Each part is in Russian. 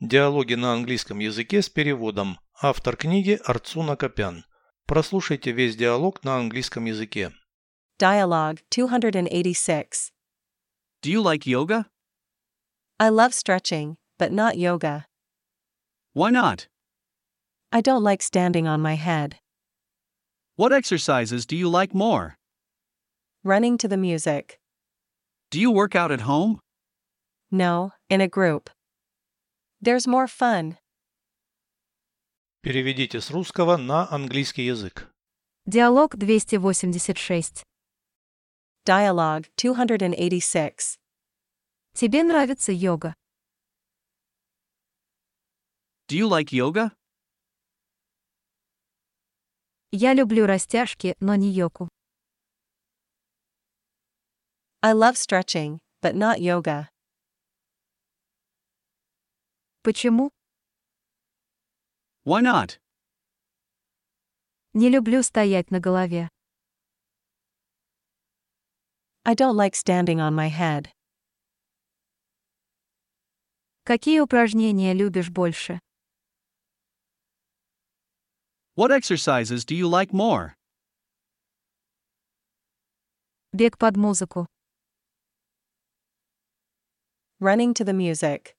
Диалоги на английском языке с переводом. Автор книги Арцуна Копян. Прослушайте весь диалог на английском языке. Dialogue 286. Do you like yoga? I love stretching, but not yoga. Why not? I don't like standing on my head. What exercises do you like more? Running to the music. Do you work out at home? No, in a group. There's more fun. Переведите с русского на английский язык. Диалог 286. Dialogue 286. Тебе нравится йога? Do you like yoga? Я люблю растяжки, но не йогу. I love stretching, but not yoga. Почему? Why not? Не люблю стоять на голове. I don't like standing on my head. Какие упражнения любишь больше? What exercises do you like more? Бег под музыку. Running to the music.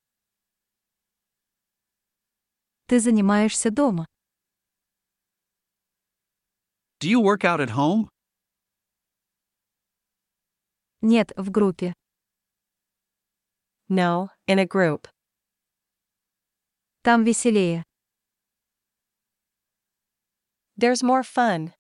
Ты занимаешься дома. Do you work out at home? Нет, в группе. No, in a group. Там веселее. There's more fun.